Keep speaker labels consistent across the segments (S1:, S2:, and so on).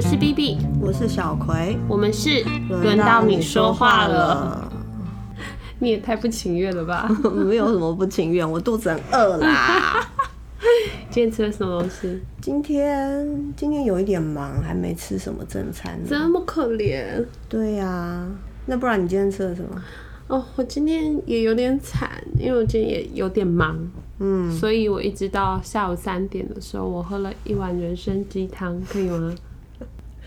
S1: 是 B B，
S2: 我是小葵，
S1: 我们是轮到你说话了，，你也太不情愿了 吧？
S2: 没有什么不情愿，我肚子很饿啦。
S1: 今天吃了什么东西？
S2: 今天今天有一点忙，还没吃什么正餐呢。
S1: 这么可怜
S2: 对呀、那不然你今天吃了什么？
S1: 哦！我今天也有点惨，因为我今天也有点忙，
S2: 嗯，
S1: 所以我一直到下午三点的时候，我喝了一碗人参鸡汤，可以吗？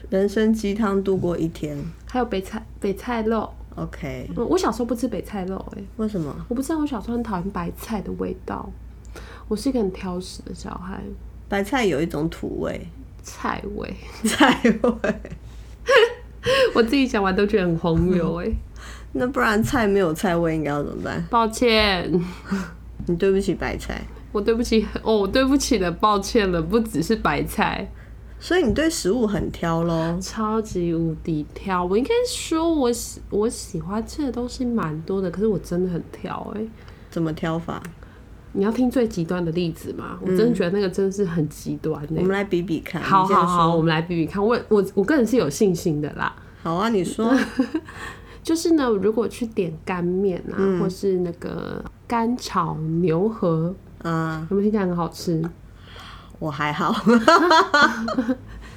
S2: 人参鸡汤度过一天。
S1: 还有北菜北菜肉，
S2: OK，
S1: 嗯，我小时候不吃北菜肉、欸，哎，
S2: 为什么
S1: 我不知道我小时候很讨厌白菜的味道，我是一个很挑食的小孩，
S2: 白菜有一种土味、
S1: 菜味。
S2: 菜味？
S1: 我自己讲完都觉得很荒谬哎、
S2: 那不然菜没有菜味应该要怎么办？
S1: 抱歉，
S2: 你对不起白菜，
S1: 我对不起哦，我对不起了，抱歉了，不只是白菜，
S2: 所以你对食物很挑喽。
S1: 超级无敌挑。我应该说我喜我喜欢吃的东西蛮多的，可是我真的很挑哎、
S2: 怎么挑法？
S1: 你要听最极端的例子吗？我真的觉得那个真的是很极端哎、
S2: 我们来比比看。
S1: 好
S2: 你嗯先
S1: 好好，
S2: 说
S1: 我们来比比看。我我我个人是有信心的啦。
S2: 好啊，你 说。
S1: 就是呢，如果去点干面啊，或是那个干炒牛河，
S2: 嗯，
S1: 有没有听起来很好吃？
S2: 我还好。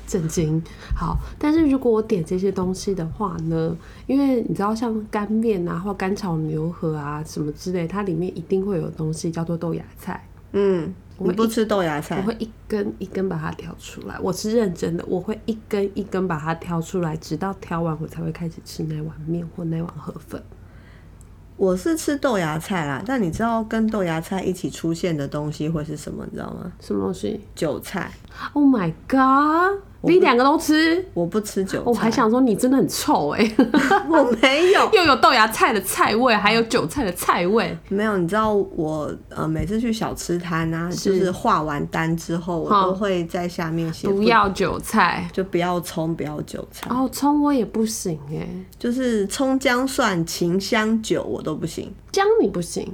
S1: 震惊。好，但是如果我点这些东西的话呢，因为你知道像干面啊或干炒牛河啊什么之类，它里面一定会有东西叫做豆芽菜。
S2: 嗯，
S1: 我
S2: 你不吃豆芽
S1: 我
S2: 菜？
S1: 会一根一根把它挑出来，我是认真的，我会一根一根把它挑出来，直到挑完我才会开始吃那碗面或那碗河粉。
S2: 我是吃豆芽菜啦，但你知道跟豆芽菜一起出现的东西会是什么？你知道吗？
S1: 什么东西
S2: 韭菜，
S1: ？Oh my god！你两个都吃，
S2: 我不吃韭
S1: 哦
S2: 菜。
S1: 我还想说你真的很臭哎、
S2: 我没 有，
S1: 又有豆芽菜的菜味，还有韭菜的菜味。
S2: 没有。你知道我呃，每次去小吃摊啊，就是画完单之后，我
S1: 好
S2: 都会在下面写
S1: 不，要韭菜，
S2: 就不要葱，不要韭菜，
S1: 哦，葱我也不行哎，
S2: 就是葱姜蒜芹香酒我都不行，
S1: 姜你不行，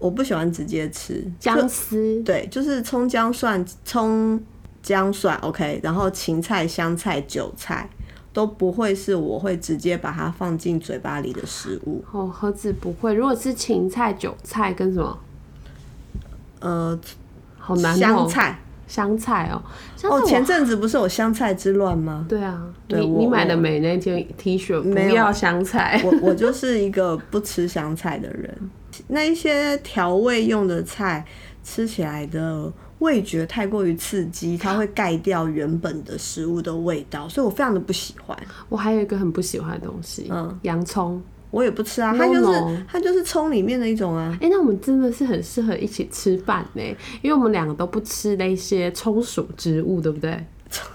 S2: 我不喜欢直接吃。
S1: 姜丝
S2: 对，就是葱姜蒜、葱姜蒜，OK，然后芹菜、香菜、韭菜都不会是我会直接把它放进嘴巴里的食物。
S1: 哦，盒子不会。如果是芹菜、韭菜跟什么，
S2: 呃，
S1: 好难哦。
S2: 香菜
S1: 香菜哦，香菜
S2: 哦，
S1: 我
S2: 前阵子不是有香菜之乱吗？
S1: 对啊，
S2: 对
S1: 你
S2: 我
S1: 你买的美那件 T 恤
S2: 没有
S1: 不要香菜，
S2: 我我就是一个不吃香菜的人，那一些调味用的菜吃起来的味觉太过于刺激，它会盖掉原本的食物的味道，所以我非常的不喜欢。
S1: 我还有一个很不喜欢的东西，
S2: 嗯
S1: 洋葱。
S2: 我也不吃啊，它就是
S1: No, no
S2: 它就是葱里面的一种啊。
S1: 哎、那我们真的是很适合一起吃饭呢，因为我们两个都不吃那些葱属植物，对不对？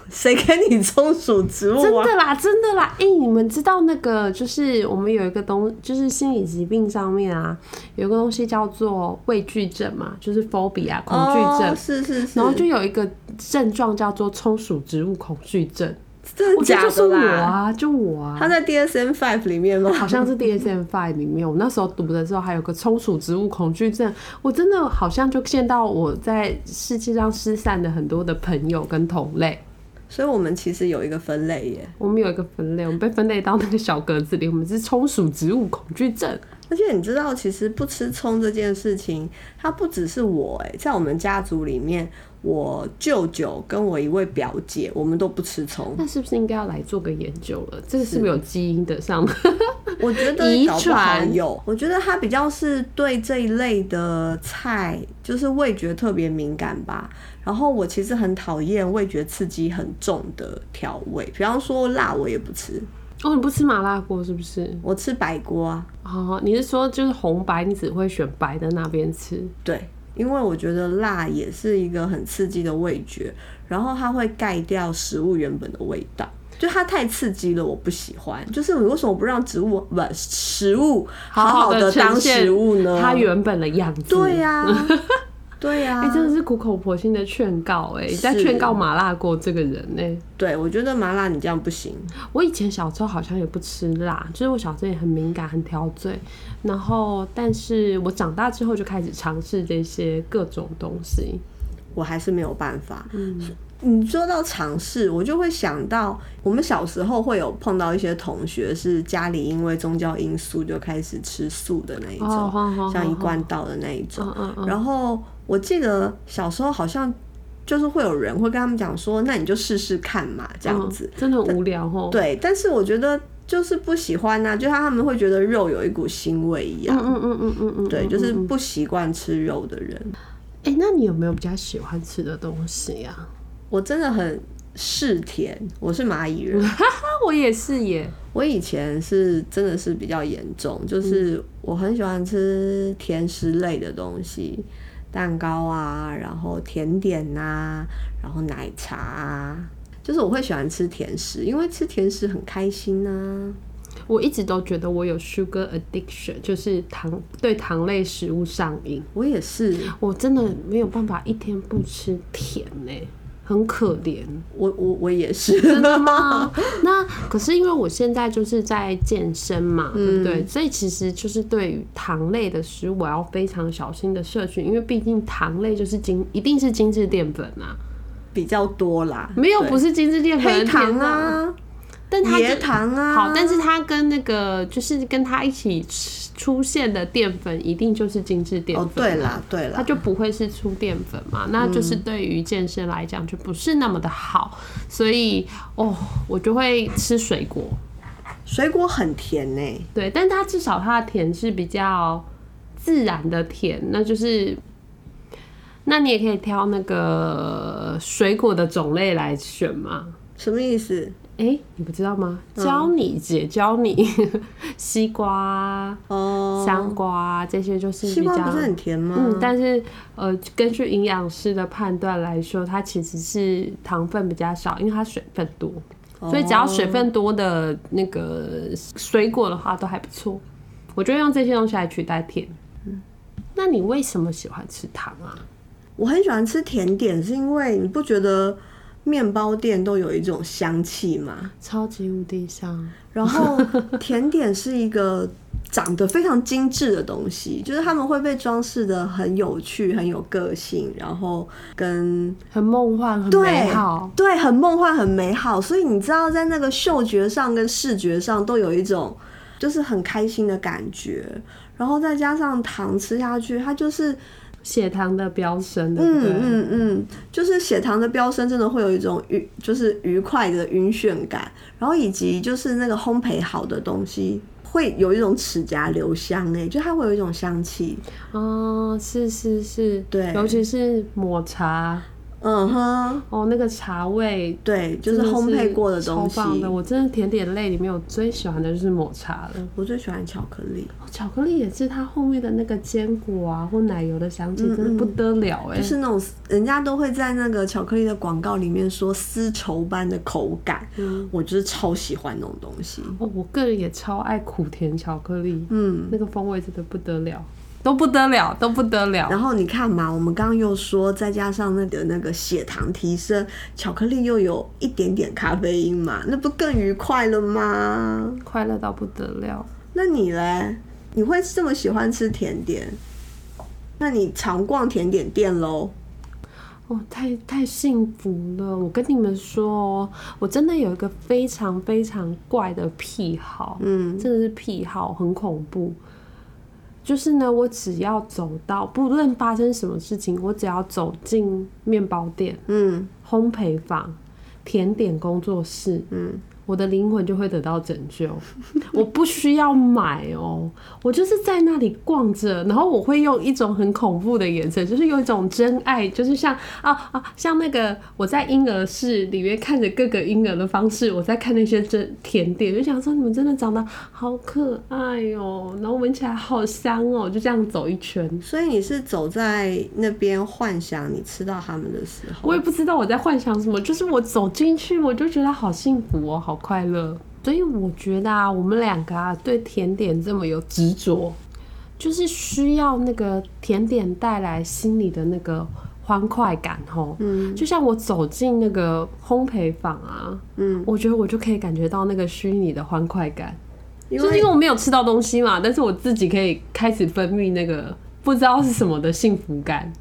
S2: 谁给你松鼠植
S1: 真
S2: 物啊？
S1: 的啦，真的啦！哎、你们知道那个就是我们有一个东，就是心理疾病上面啊，有一个东西叫做畏惧症嘛，就是 phobia 恐惧症。
S2: 哦是是是，
S1: 然后就有一个症状叫做松鼠植物恐惧症，
S2: 真
S1: 我
S2: 的
S1: 觉得
S2: 假
S1: 就是
S2: 的
S1: 我
S2: 啦？
S1: 啊，就我啊，
S2: 他在 DSM Five 里面吗？
S1: 好像是 DSM Five 里面，我那时候读的时候还有个冲鼠植物恐惧症，我真的好像就见到我在世界上失散的很多的朋友跟同类。
S2: 所以我们其实有一个分类耶，
S1: 我们有一个分类，我们被分类到那个小格子里，我们是冲鼠植物恐惧症。
S2: 而且你知道，其实不吃葱这件事情，它不只是我哎，在我们家族里面，我舅舅跟我一位表姐，我们都不吃葱。
S1: 那是不是应该要来做个研究了？这个是不是有基因的上的？
S2: 我觉得
S1: 遗
S2: 搞不好
S1: 传
S2: 有，我觉得他比较是对这一类的菜，就是味觉特别敏感吧。然后我其实很讨厌味觉刺激很重的调味，比方说辣我也不吃，
S1: 哦，你不吃麻辣锅是不是？
S2: 我吃白锅啊，
S1: 哦，你是说就是红白，你只会选白的那边吃？
S2: 对，因为我觉得辣也是一个很刺激的味觉，然后它会盖掉食物原本的味道。就它太刺激了，我不喜欢。就是你为什么不让植物不食物好好的
S1: 的
S2: 当食物呢？
S1: 它原本的样子。
S2: 对啊呀、 对呀、
S1: 哎、真的是苦口婆心的劝告、哎，你在
S2: 是
S1: 劝告麻辣锅这个人哎呢、
S2: 对，我觉得麻辣你这样不行。
S1: 我以前小时候好像也不吃辣，就是我小时候也很敏感、很挑嘴，然后但是我长大之后就开始尝试这些各种东西。
S2: 我还是没有办法。
S1: 嗯
S2: 你说到尝试，我就会想到我们小时候会有碰到一些同学是家里因为宗教因素就开始吃素的那一种，
S1: 哦好好
S2: 像一
S1: 好
S2: 贯道的那一种。
S1: 嗯嗯嗯，
S2: 然后我记得小时候好像就是会有人会跟他们讲说，那你就试试看嘛，这样子。
S1: 嗯真的很无聊哦。
S2: 对，但是我觉得就是不喜欢呐、就像他们会觉得肉有一股腥味一样。
S1: 嗯，嗯嗯嗯嗯嗯，
S2: 对，就是
S1: 哎、
S2: 不习惯吃肉的人，
S1: 诶那你有没有比较喜欢吃的东西啊？
S2: 我真的很嗜甜，我是蚂蚁人。
S1: 那我也是耶。
S2: 我以前是真的是比较严重，
S1: 嗯
S2: 就是我很喜欢吃甜食类的东西，蛋糕啊，然后甜点呐、然后奶茶啊，就是我会喜欢吃甜食，因为吃甜食很开心啊呐、
S1: 我一直都觉得我有 sugar addiction，就是糖对糖类食物上瘾。
S2: 我也是，
S1: 我真的没有办法一天不吃甜呢、很可怜。欸
S2: 我我我也是，
S1: 真的吗？哦那可是因为我现在就是在健身嘛，
S2: 嗯
S1: 对不对？所以其实就是对于糖类的食物，我要非常小心的摄取，因为毕竟糖类就是精，一定是精致淀粉啊。
S2: 比较多啦，
S1: 没有，
S2: 对
S1: 不是精致淀粉，
S2: 嗯黑糖
S1: 天哪，
S2: 啊，
S1: 但它
S2: 椰
S1: 就
S2: 糖啊，
S1: 好，但是它跟那个就是跟它一起吃出现的淀粉，一定就是精致淀
S2: 哦
S1: 粉、啊
S2: 对啦对
S1: 它
S2: 啦，嗯
S1: 就不会是粗淀粉嘛，那就是对于健身来讲就不是那么的好，所以哦，我就会吃水果，
S2: 水果很甜呢、
S1: 对，但它至少它的甜是比较自然的甜，那就是，那你也可以挑那个水果的种类来选嘛。
S2: 什么意思？
S1: 哎、你不知道吗？
S2: 嗯
S1: 教你姐教你， 西瓜、
S2: 哦，
S1: 香瓜这些就是
S2: 西
S1: 比
S2: 瓜
S1: 较
S2: 不是很甜吗？
S1: 嗯，但是呃，根据营养师的判断来说，它其实是糖分比较少，因为它水分多，
S2: 哦
S1: 所以只要水分多的那个水果的话，都还不错。我就用这些东西来取代甜。嗯那你为什么喜欢吃糖啊？
S2: 我很喜欢吃甜点，是因为你不觉得面包店都有一种香 气吗？
S1: 超级无敌香，
S2: 然后甜点是一个长得非常精致的东西，就是他们会被装饰的很有趣、很有个性，然后跟
S1: 很梦幻，很美
S2: 对
S1: 好。
S2: 对很梦幻、很美好。所以你知道，在那个嗅觉上跟视觉上都有一种就是很开心的感觉，然后再加上糖吃下去，它就是
S1: 血糖的飙升，对不对？
S2: 嗯嗯嗯，就是血糖的飙升，真的会有一种愉，就是愉快的晕眩感，然后以及就是那个烘焙好的东西，会有一种齿颊留香哎、就它会有一种香气，
S1: 哦，是是是，
S2: 对
S1: 尤其是抹茶，
S2: 嗯哼，
S1: 哦，那个茶味
S2: 对，就是
S1: 真的
S2: 烘焙过的东西
S1: 超。棒的，我真的甜点类里面我最喜欢的就是抹茶了。
S2: 我最喜欢巧克力，
S1: 哦巧克力也是，它后面的那个坚果啊或奶油的香气真的不得了哎、
S2: 嗯就是那种人家都会在那个巧克力的广告里面说丝绸般的口感，我就是超喜欢那种东西。
S1: 哦，我个人也超爱苦甜巧克力，
S2: 嗯，
S1: 那个风味真的不得了，都不得了，都不得了。
S2: 然后你看嘛，我们刚刚又说，再加上那个那个血糖提升，巧克力又有一点点咖啡因嘛，那不更愉快了吗？
S1: 快乐到不得了，
S2: 那你嘞，你会这么喜欢吃甜点？那你常逛甜点店喽？
S1: 哦，太太幸福了！我跟你们说哦，我真的有一个非常非常怪的癖好，
S2: 嗯，
S1: 真的是癖好，很恐怖。就是呢，我只要走到，不论发生什么事情，我只要走进面包店、
S2: 嗯
S1: 烘焙坊、甜点工作室，
S2: 嗯，
S1: 我的灵魂就会得到拯救。 我不需要买哦，我就是在那里逛着，然后我会用一种很恐怖的眼神，就是有一种真爱，就是像啊啊，像那个我在婴儿室里面看着各个婴儿的方式，我在看那些真甜点，就想说你们真的长得好可爱哦，然后闻起来好香哦，就这样走一圈。
S2: 所以你是走在那边幻想你吃到他们的时候，
S1: 我也不知道我在幻想什么，就是我走进去，我就觉得好幸福哦，好快乐。所以我觉得啊，我们两个啊，对甜点这么有执着，就是需要那个甜点带来心里的那个欢快感吼。嗯，就像我走进那个烘焙坊啊，
S2: 嗯，
S1: 我觉得我就可以感觉到那个虚拟的欢快感，
S2: 因
S1: 就是
S2: 为
S1: 因为我没有吃到东西嘛，但是我自己可以开始分泌那个不知道是什么的幸福感。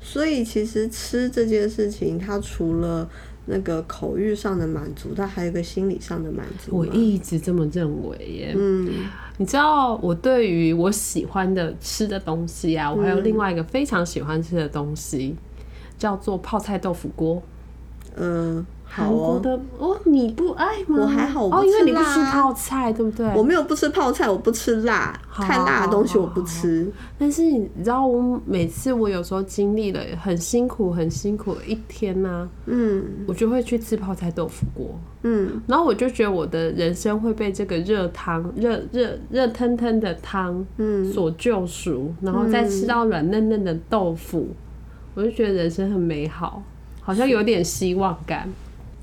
S2: 所以其实吃这件事情，它除了那个口欲上的满足，它还有一个心理上的满足
S1: 我
S2: 嘛。
S1: 一直这么认为耶。
S2: 嗯
S1: 你知道我对于我喜欢的吃的东西
S2: 嗯
S1: 啊，我还有另外一个非常喜欢吃的东西，叫做泡菜豆腐锅。
S2: 嗯、呃，
S1: 韩
S2: 好
S1: 国
S2: 哦。
S1: 的哦，你不爱吗？
S2: 我还好我不
S1: 哦，因为你不
S2: 吃
S1: 吃
S2: 辣啊
S1: 泡菜，对不对？
S2: 我没有不吃泡菜，我不吃辣，
S1: 好
S2: 太辣的东西我不吃。
S1: 但是你知道，我每次我有时候经历了很辛苦、很辛苦的一天呐、
S2: 嗯
S1: 我就会去吃泡菜豆腐锅，
S2: 嗯
S1: 然后我就觉得我的人生会被这个热汤、热热热腾腾的汤
S2: 嗯，
S1: 所救赎，然后再吃到软嫩嫩的豆腐，我就觉得人生很美好，好像有点希望感。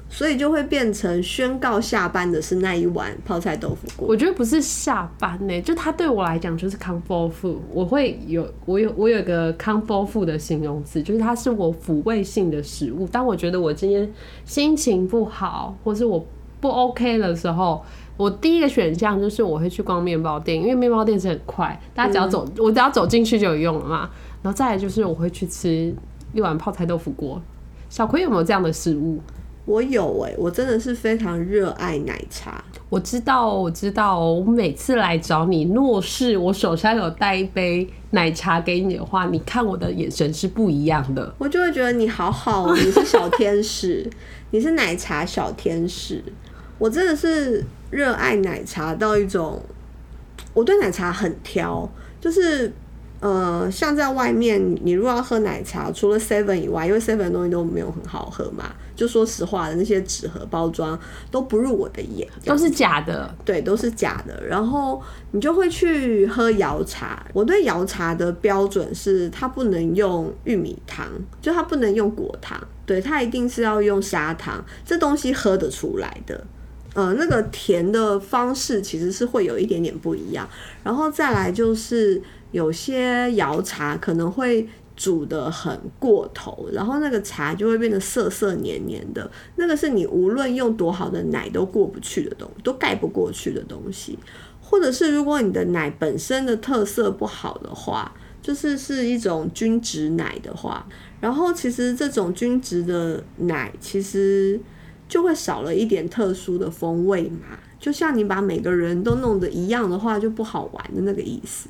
S2: 所以就会变成宣告下班的是那一碗泡菜豆腐锅。
S1: 我觉得不是下班呢、就它对我来讲就是 comfort food，我会有我有我有个 comfort food 的形容词，就是它是我抚慰性的食物。当我觉得我今天心情不好，或是我不 OK 的时候。我第一个选项就是我会去逛面包店，因为面包店是很快，大家只要走，我只要走进去就有用了嘛。然后再来就是我会去吃一碗泡菜豆腐锅。小葵有没有这样的食物？
S2: 我有哎、我真的是非常热爱奶茶。
S1: 我知道哦，我知道哦。我每次来找你，若是我手上有带一杯奶茶给你的话，你看我的眼神是不一样的。
S2: 我就会觉得你好好、哦，你是小天使，你是奶茶小天使。我真的是热爱奶茶到一种，我对奶茶很挑，就是呃，像在外面，你如果要喝奶茶，除了 Seven 以外，因为 Seven 的东西都没有很好喝嘛，就说实话的，那些纸盒包装都不入我的眼，
S1: 都是假的，
S2: 对，都是假的。然后你就会去喝摇茶。我对摇茶的标准是，它不能用玉米糖，就它不能用果糖，对，它一定是要用砂糖，这东西喝得出来的。呃，那个甜的方式其实是会有一点点不一样。然后再来就是有些摇茶可能会。煮的很过头，然后那个茶就会变得涩涩黏黏的，那个是你无论用多好的奶都过不去的东都盖不过去的东西。或者是如果你的奶本身的特色不好的话，就是是一种均值奶的话，然后其实这种均值的奶其实就会少了一点特殊的风味嘛。就像你把每个人都弄得一样的话，就不好玩的那个意思。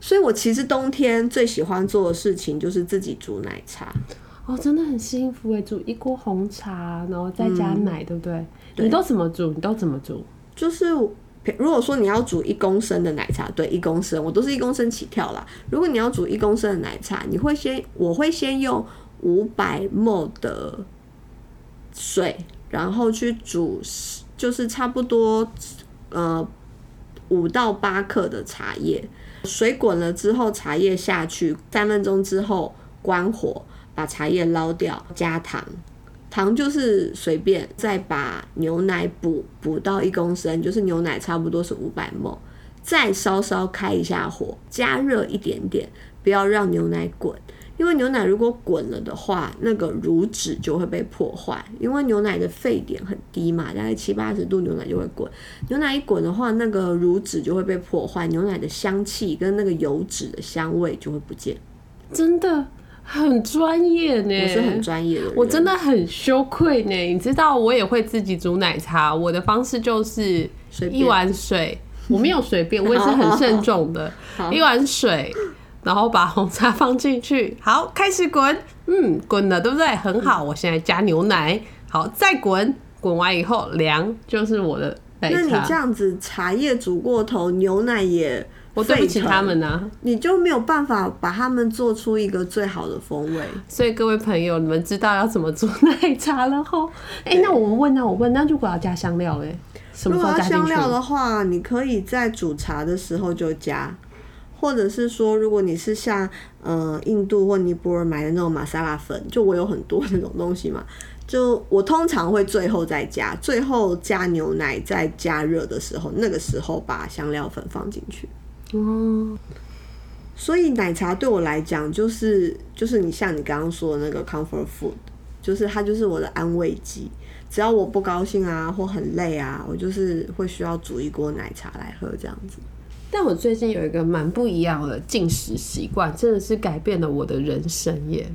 S2: 所以我其实冬天最喜欢做的事情就是自己煮奶茶。
S1: 哦，真的很幸福哎！煮一锅红茶，然后再加奶，对不对？
S2: 对
S1: 你都怎么煮？你都怎么煮？
S2: 就是如果说你要煮一公升的奶茶，对，一公升，我都是一公升起跳啦。如果你要煮一公升的奶茶，你会先，我会先用五百 ml 的水，然后去煮十，就是差不多呃五到八克的茶叶。水滚了之后，茶叶下去，三分钟之后关火，把茶叶捞掉，加糖。糖就是随便，再把牛奶补补到一公升，就是牛奶差不多是五百 ml，再稍稍开一下火，加热一点点，不要让牛奶滚，因为牛奶如果滚了的话，那个乳脂就会被破坏，因为牛奶的沸点很低嘛，大概七八十度牛奶就会滚，牛奶一滚的话，那个乳脂就会被破坏，牛奶的香气跟那个油脂的香味就会不见。
S1: 真的很专业呢，
S2: 我是很专业的人，
S1: 我真的很羞愧呢，你知道我也会自己煮奶茶，我的方式就是
S2: 随便
S1: 一碗水，我没有随 便，我也是很慎重的，一碗水，然后把红茶放进去，好，开始滚，嗯，滚了，对不对？很好，我现在加牛奶，好，再滚，滚完以后凉，就是我的奶
S2: 那你这
S1: 茶。
S2: 样子茶叶煮过头，牛奶也
S1: 我对不起
S2: 沸腾
S1: 他，们啊，
S2: 你就没有办法把他们做出一个最好的风味。
S1: 所以各位朋友，你们知道要怎么煮奶茶了吼？哎、那我们问，那我问，那如果要加香料嘞，什么
S2: 如
S1: 时候
S2: 果要
S1: 加进
S2: 香
S1: 去？
S2: 料的话，你可以在煮茶的时候就加，或者是说，如果你是像呃印度或尼泊尔买的那种玛莎拉粉，就我有很多那种东西嘛，就我通常会最后再加，最后加牛奶，在加热的时候，那个时候把香料粉放进去。
S1: 哦。
S2: 所以奶茶对我来讲，就是就是你像你刚刚说的那个 comfort food，就是它就是我的安慰剂。只要我不高兴啊，或很累啊，我就是会需要煮一锅奶茶来喝这样子。
S1: 但我最近有一个蛮不一样的进食习惯，真的是改变了我的人生耶。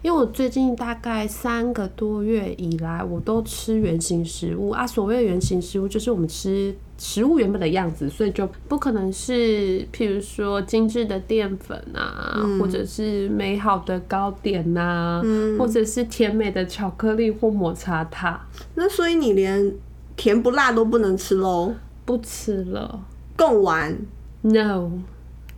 S1: 因为我最近大概三个多月以来，我都吃原形食物啊。所谓的原形食物，就是我们吃食物原本的样子，所以就不可能是譬如说精致的淀粉啊，或者是美好的糕点呐、或者是甜美的巧克力或抹茶塔，
S2: 那所以你连甜不辣都不能吃喽，
S1: 不吃了。
S2: 贡丸
S1: No，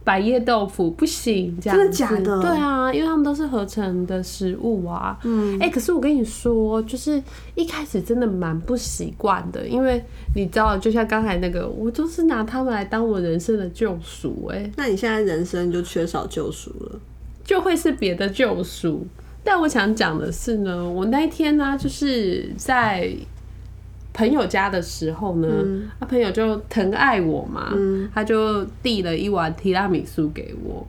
S1: 百叶豆腐不行，这样
S2: 真的
S1: 子
S2: 假的
S1: 对啊，因为他们都是合成的食物啊。嗯，哎、可是我跟你说，就是一开始真的蛮不习惯的，因为你知道，就像刚才那个，我就是拿他们来当我人生的救赎、哎，
S2: 那你现在人生就缺少救赎了。
S1: 就会是别的救赎。但我想讲的是呢，我那一天呢、就是在朋友家的时候呢，
S2: 嗯
S1: 他、朋友就疼爱我嘛，他就递了一碗提拉米苏给我，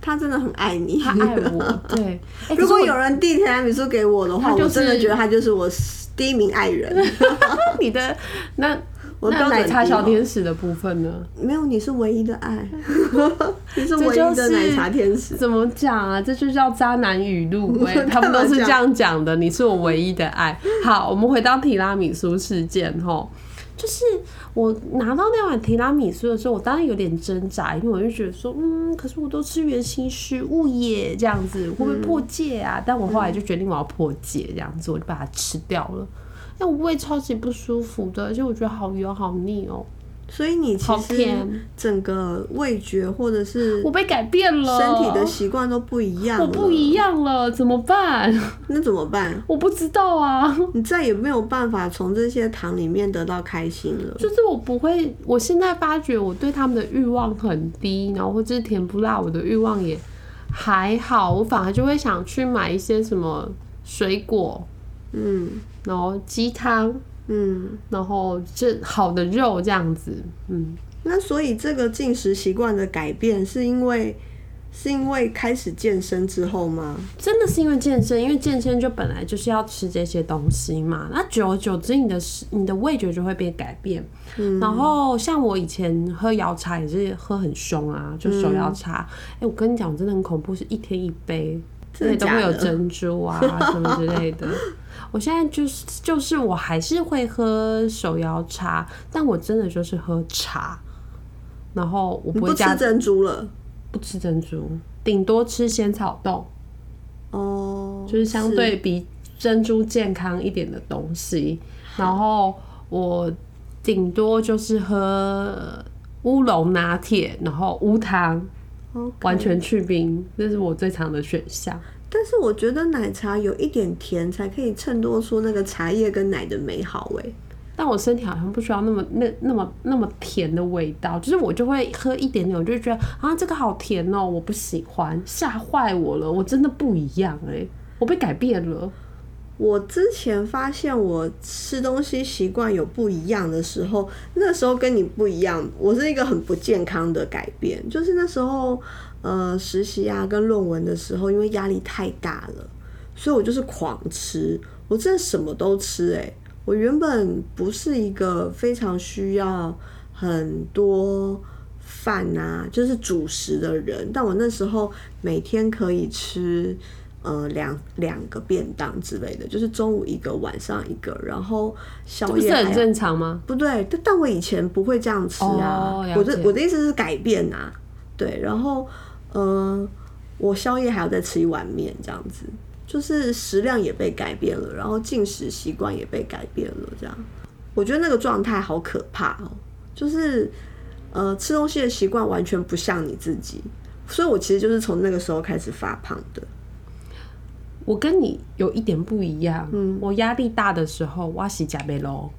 S2: 他真的很爱你，
S1: 他 爱我，对。欸
S2: 如果，
S1: 可是
S2: 有人递提拉米苏给我的
S1: 他
S2: 话，
S1: 就是
S2: 我真的觉得他就是我第一名爱人。
S1: 我你的那
S2: 我的
S1: 那
S2: 标
S1: 奶
S2: 准
S1: 茶
S2: 低哦
S1: 小天使的部分呢？
S2: 没有，你是唯一的 爱，你是
S1: 这
S2: 唯
S1: 就是
S2: 一的奶茶天使。
S1: 怎么讲啊？这就叫渣男语 录哎、
S2: 干嘛
S1: 他们都是
S2: 讲
S1: 这样讲的。你是我唯一的爱。好，我们回到提拉米苏事件吼，就是我拿到那碗提拉米苏的时候，我当然有点挣扎，因为我就觉得说，嗯，可是我都吃原形食物耶，这样子会不会破戒
S2: 嗯
S1: 啊？但我后来就决定我要破戒，这样子我就把它吃掉了。那我胃超级不舒服的，而且我觉得好油好腻哦、
S2: 所以你其
S1: 好
S2: 实
S1: 甜
S2: 整个味觉或者是
S1: 我被改变了，
S2: 嗯身体的习惯都不一样了，
S1: 我不一样了，怎么办？
S2: 那怎么办？
S1: 我不知道啊，
S2: 你再也没有办法从这些糖里面得到开心了。
S1: 就是我不会，我现在发觉我对他们的欲望很低，然后或者是甜不辣，我的欲望也还好，我反而就会想去买一些什么水果，
S2: 嗯
S1: 然后鸡汤，
S2: 嗯，
S1: 然后这好的肉这样子，嗯，
S2: 那所以这个进食习惯的改变，是因为是因为开始健身之后吗？
S1: 真的是因为健身，因为健身就本来就是要吃这些东西嘛，那久而久之，你的食你的味觉就会被改变。
S2: 嗯
S1: 然后像我以前喝摇茶也是喝很凶啊，就手摇茶。哎、我跟你讲，我真的很恐怖，是一天一杯，而且
S2: 嗯真的
S1: 都会有
S2: 假的
S1: 珍珠 啊什么之类的。我现在就是就是我还是会喝手摇茶，但我真的就是喝茶，然后我
S2: 你
S1: 不
S2: 不
S1: 会
S2: 吃
S1: 加
S2: 珍珠了？
S1: 不吃珍珠，顶多吃仙草冻。
S2: 哦，
S1: 就是相对比珍珠健康一点的东西。然后我顶多就是喝乌龙拿铁，然后无糖，
S2: OK
S1: 完全去冰，这是我最常的选项。
S2: 但是我觉得奶茶有一点甜，才可以衬托出那个茶叶跟奶的美好欸味。
S1: 但我身体好像不需要那么那那么那么甜的味道，就是我就会喝一点点，我就会觉得啊这个好甜哦、我不喜欢，吓坏我了，我真的不一样哎、我被改变了，
S2: 我之前发现我吃东西习惯有不一样的时候，那时候跟你不一样，我是一个很不健康的改变，就是那时候呃实习啊跟论文的时候，因为压力太大了，所以我就是狂吃，我真的什么都吃诶、欸我原本不是一个非常需要很多饭啊，就是主食的人，但我那时候每天可以吃呃两两个便当之类的，就是中午一个，晚上一个，然后
S1: 这
S2: 宵
S1: 不
S2: 夜
S1: 是
S2: 还
S1: 很
S2: 要
S1: 正常吗？
S2: 不对，但但我以前不会这样吃啊。
S1: 哦了解
S2: 我的我的意思是改变啊，对，然后呃，我宵夜还要再吃一碗面这样子，就是食量也被改变了，然后进食习惯也被改变了，这样，我觉得那个状态好可怕哦，就是呃吃东西的习惯完全不像你自己，所以我其实就是从那个时候开始发胖的。
S1: 我跟你有一点不一样，我压力大的时候，我洗假贝喽，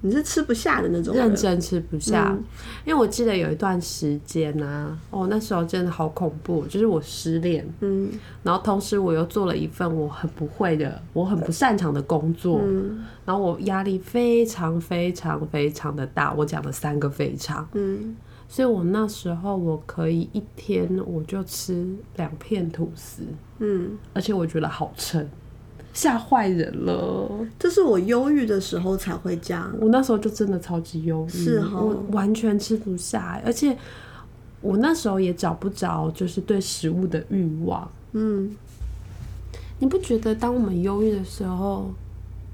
S2: 你是吃不下的那种人
S1: 认，真吃不下，因为我记得有一段时间啊，哦，那时候真的好恐怖，就是我失恋，
S2: 嗯，
S1: 然后同时我又做了一份我很不会的、我很不擅长的工作，
S2: 嗯
S1: 然后我压力非常非常非常的大，我讲了三个非常，
S2: 嗯，
S1: 所以我那时候我可以一天我就吃两片吐司，
S2: 嗯，
S1: 而且我觉得好撑，吓坏人了。
S2: 这是我忧郁的时候才会这样。
S1: 我那时候就真的超级忧郁，
S2: 是哦
S1: 我完全吃不下，欸而且我那时候也找不着就是对食物的欲望。
S2: 嗯，
S1: 你不觉得当我们忧郁的时候，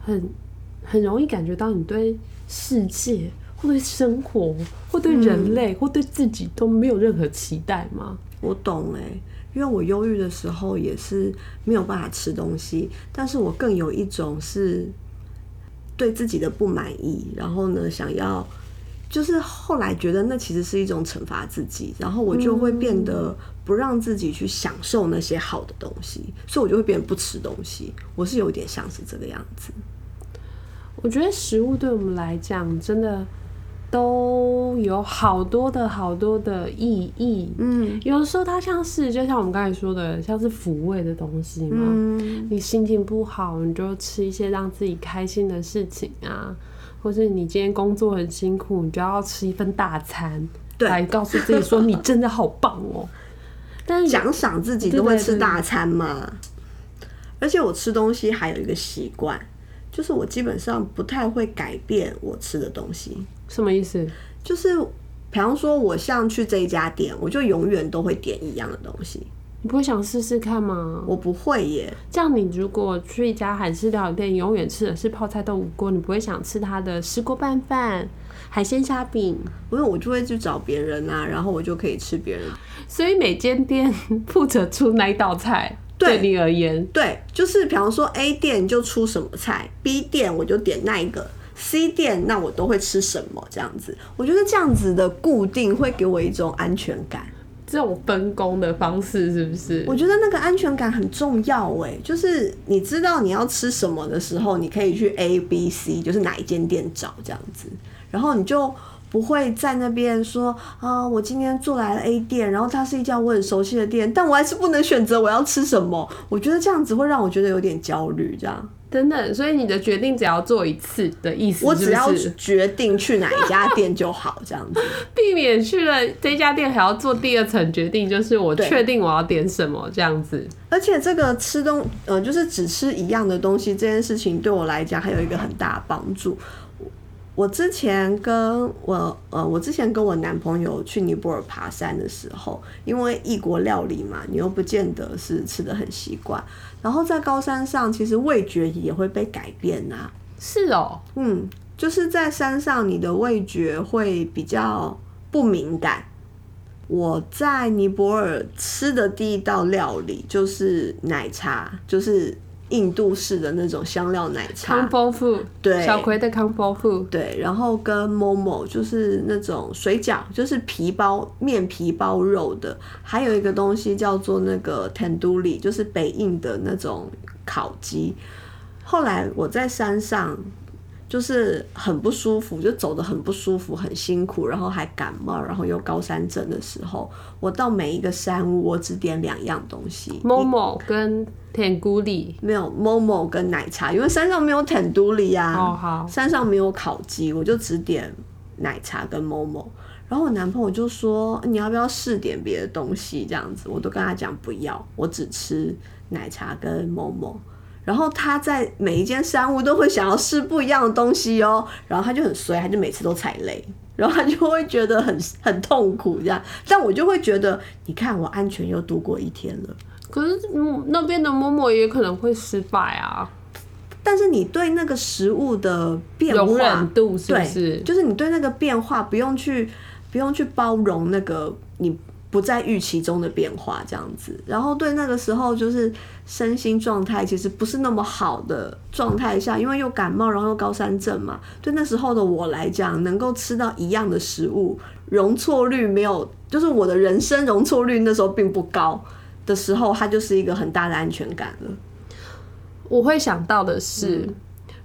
S1: 很很容易感觉到你对世界、或对生活、或对人类、或对自己都没有任何期待吗？
S2: 我懂哎、因为我忧郁的时候也是没有办法吃东西，但是我更有一种是对自己的不满意，然后呢，想要就是后来觉得那其实是一种惩罚自己，然后我就会变得不让自己去享受那些好的东西，所以我就会变得不吃东西。我是有点像是这个样子，
S1: 我觉得食物对我们来讲，真的都有好多的好多的意义。
S2: 嗯
S1: 有的时候它像是，就像我们刚才说的，像是抚慰的东西嘛。
S2: 嗯
S1: 你心情不好，你就吃一些让自己开心的事情啊，或是你今天工作很辛苦，你就要吃一份大餐，
S2: 对
S1: 来告诉自己说你真的好棒哦。但是
S2: 奖赏自己都会吃大餐嘛。而且我吃东西还有一个习惯，就是我基本上不太会改变我吃的东西。
S1: 什么意思？
S2: 就是比方说，我像去这一家店，我就永远都会点一样的东西。
S1: 你不会想试试看吗？
S2: 我不会耶，
S1: 这样，你如果去一家韩式料理店，永远吃的是泡菜豆腐锅，你不会想吃它的石锅拌饭、海鲜虾饼。
S2: 因为我就会去找别人啊，然后我就可以吃别人。
S1: 所以每间店负责出哪一道菜，
S2: 对
S1: 对你而言，
S2: 对，就是比方说 A 店就出什么菜，B 店我就点那一个，C 店那我都会吃什么这样子。我觉得这样子的固定会给我一种安全感。
S1: 这种分工的方式是不是？
S2: 我觉得那个安全感很重要哎、就是你知道你要吃什么的时候，你可以去 A、B、C，就是哪一间店找这样子，然后你就不会在那边说啊，我今天做来了 A 店，然后它是一家我很熟悉的店，但我还是不能选择我要吃什么。我觉得这样子会让我觉得有点焦虑，这样
S1: 等等，所以你的决定只要做一次的意思，
S2: 我
S1: 是
S2: 只要
S1: 不是
S2: 决定去哪一家店就好，这样子。
S1: 避免去了这家店还要做第二层决定，就是我
S2: 对
S1: 确定我要点什么这样子。
S2: 而且这个吃东，呃，就是只吃一样的东西这件事情，对我来讲还有一个很大的帮助。我我之前跟我呃，我之前跟我男朋友去尼泊尔爬山的时候，因为异国料理嘛，你又不见得是吃的很习惯。然后在高山上，其实味觉也会被改变啊呐、
S1: 是哦，
S2: 嗯，就是在山上，你的味觉会比较不敏感。我在尼泊尔吃的第一道料理就是奶茶，就是印度式的那种香料奶茶
S1: 康。丰富，
S2: 对
S1: 小葵的康丰富，
S2: 对，然后跟 momo 就是那种水饺，就是皮包面皮包肉的，还有一个东西叫做那个 tandoori，就是北印的那种烤鸡。后来我在山上就是很不舒服，就走得很不舒服，很辛苦，然后还感冒，然后又高山症的时候，我到每一个山屋，我只点两样东西，
S1: 某某跟甜谷里，
S2: 没有 momo 跟奶茶，因为山上没有 tandoori 啊。
S1: 哦好，
S2: 山上没有烤鸡，我就只点奶茶跟 momo。然后我男朋友就说：“你要不要试点别的东西？”这样子，我都跟他讲不要，我只吃奶茶跟 momo。然后他在每一间山屋都会想要试不一样的东西哦，然后他就很衰，他就每次都踩雷，然后他就会觉得很很痛苦这样。但我就会觉得，你看我安全又度过一天了。
S1: 可是嗯那边的某某也可能会失败啊，
S2: 但是你对那个食物的变
S1: 容
S2: 化
S1: 忍度是不
S2: 对，
S1: 是？
S2: 就是你对那个变化不用去不用去包容那个你不在预期中的变化这样子，然后对那个时候就是身心状态其实不是那么好的状态下，因为又感冒，然后又高山症嘛，对那时候的我来讲，能够吃到一样的食物，容错率没有，就是我的人生容错率那时候并不高的时候，它就是一个很大的安全感了。
S1: 我会想到的是，
S2: 嗯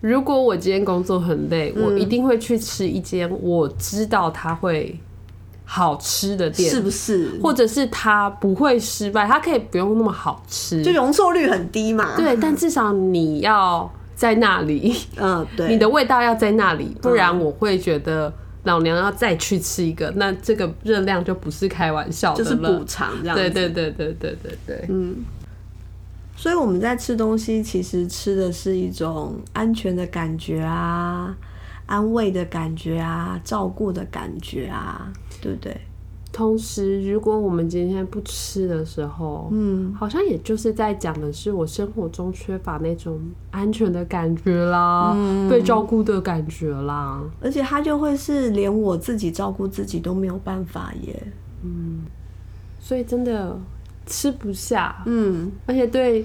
S1: 如果我今天工作很累，我一定会去吃一间我知道它会好吃的店，
S2: 是不是？
S1: 或者是它不会失败，它可以不用那么好吃，
S2: 就容错率很低嘛。，
S1: 对，但至少你要在那里，
S2: 嗯，对。嗯
S1: 你的味道要在那里，不然我会觉得。老娘要再去吃一个，那这个热量就不是开玩笑的
S2: 就
S1: 了。
S2: 是补偿这样子。
S1: 对对对对对对对。
S2: 嗯，所以我们在吃东西，其实吃的是一种安全的感觉啊，安慰的感觉啊，照顾的感觉啊，对不对？
S1: 同时，如果我们今天不吃的时候，
S2: 嗯，
S1: 好像也就是在讲的是我生活中缺乏那种安全的感觉
S2: 嗯
S1: 啦，被照顾的感觉啦。
S2: 而且它就会是连我自己照顾自己都没有办法耶。
S1: 所以真的吃不下，
S2: 嗯
S1: 而且对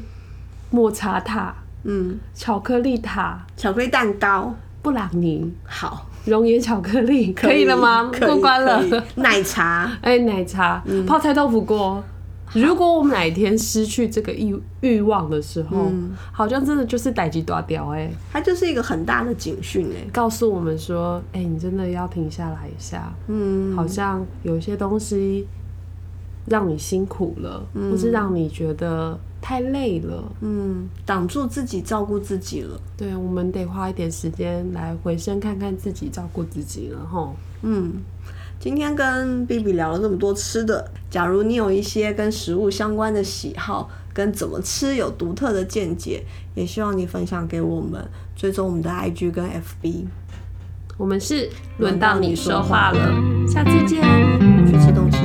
S1: 抹茶塔、
S2: 嗯，
S1: 巧克力塔、
S2: 巧克力蛋糕
S1: 布朗尼、
S2: 好，
S1: 熔岩巧克力可以了吗？
S2: 可以
S1: 过关
S2: 可
S1: 了
S2: 以。奶茶
S1: 哎、奶茶、
S2: 嗯
S1: 泡菜豆腐锅。如果我们哪一天失去这个欲欲望的时候，
S2: 嗯
S1: 好像真的就是逮鸡抓屌哎，
S2: 它就是一个很大的警讯哎。
S1: 告诉我们说，哎、你真的要停下来一下，
S2: 嗯，
S1: 好像有些东西让你辛苦了，或是让你觉得太累了。
S2: 嗯，挡住自己照顾自己了。
S1: 对，我们得花一点时间来回身看看自己，照顾自己了吼。
S2: 嗯，今天跟 B B 聊了这么多吃的，假如你有一些跟食物相关的喜好，跟怎么吃有独特的见解，也希望你分享给我们，追踪我们的 I G 跟 F B，
S1: 我们是轮到你说话了，下次见。
S2: 去吃东西。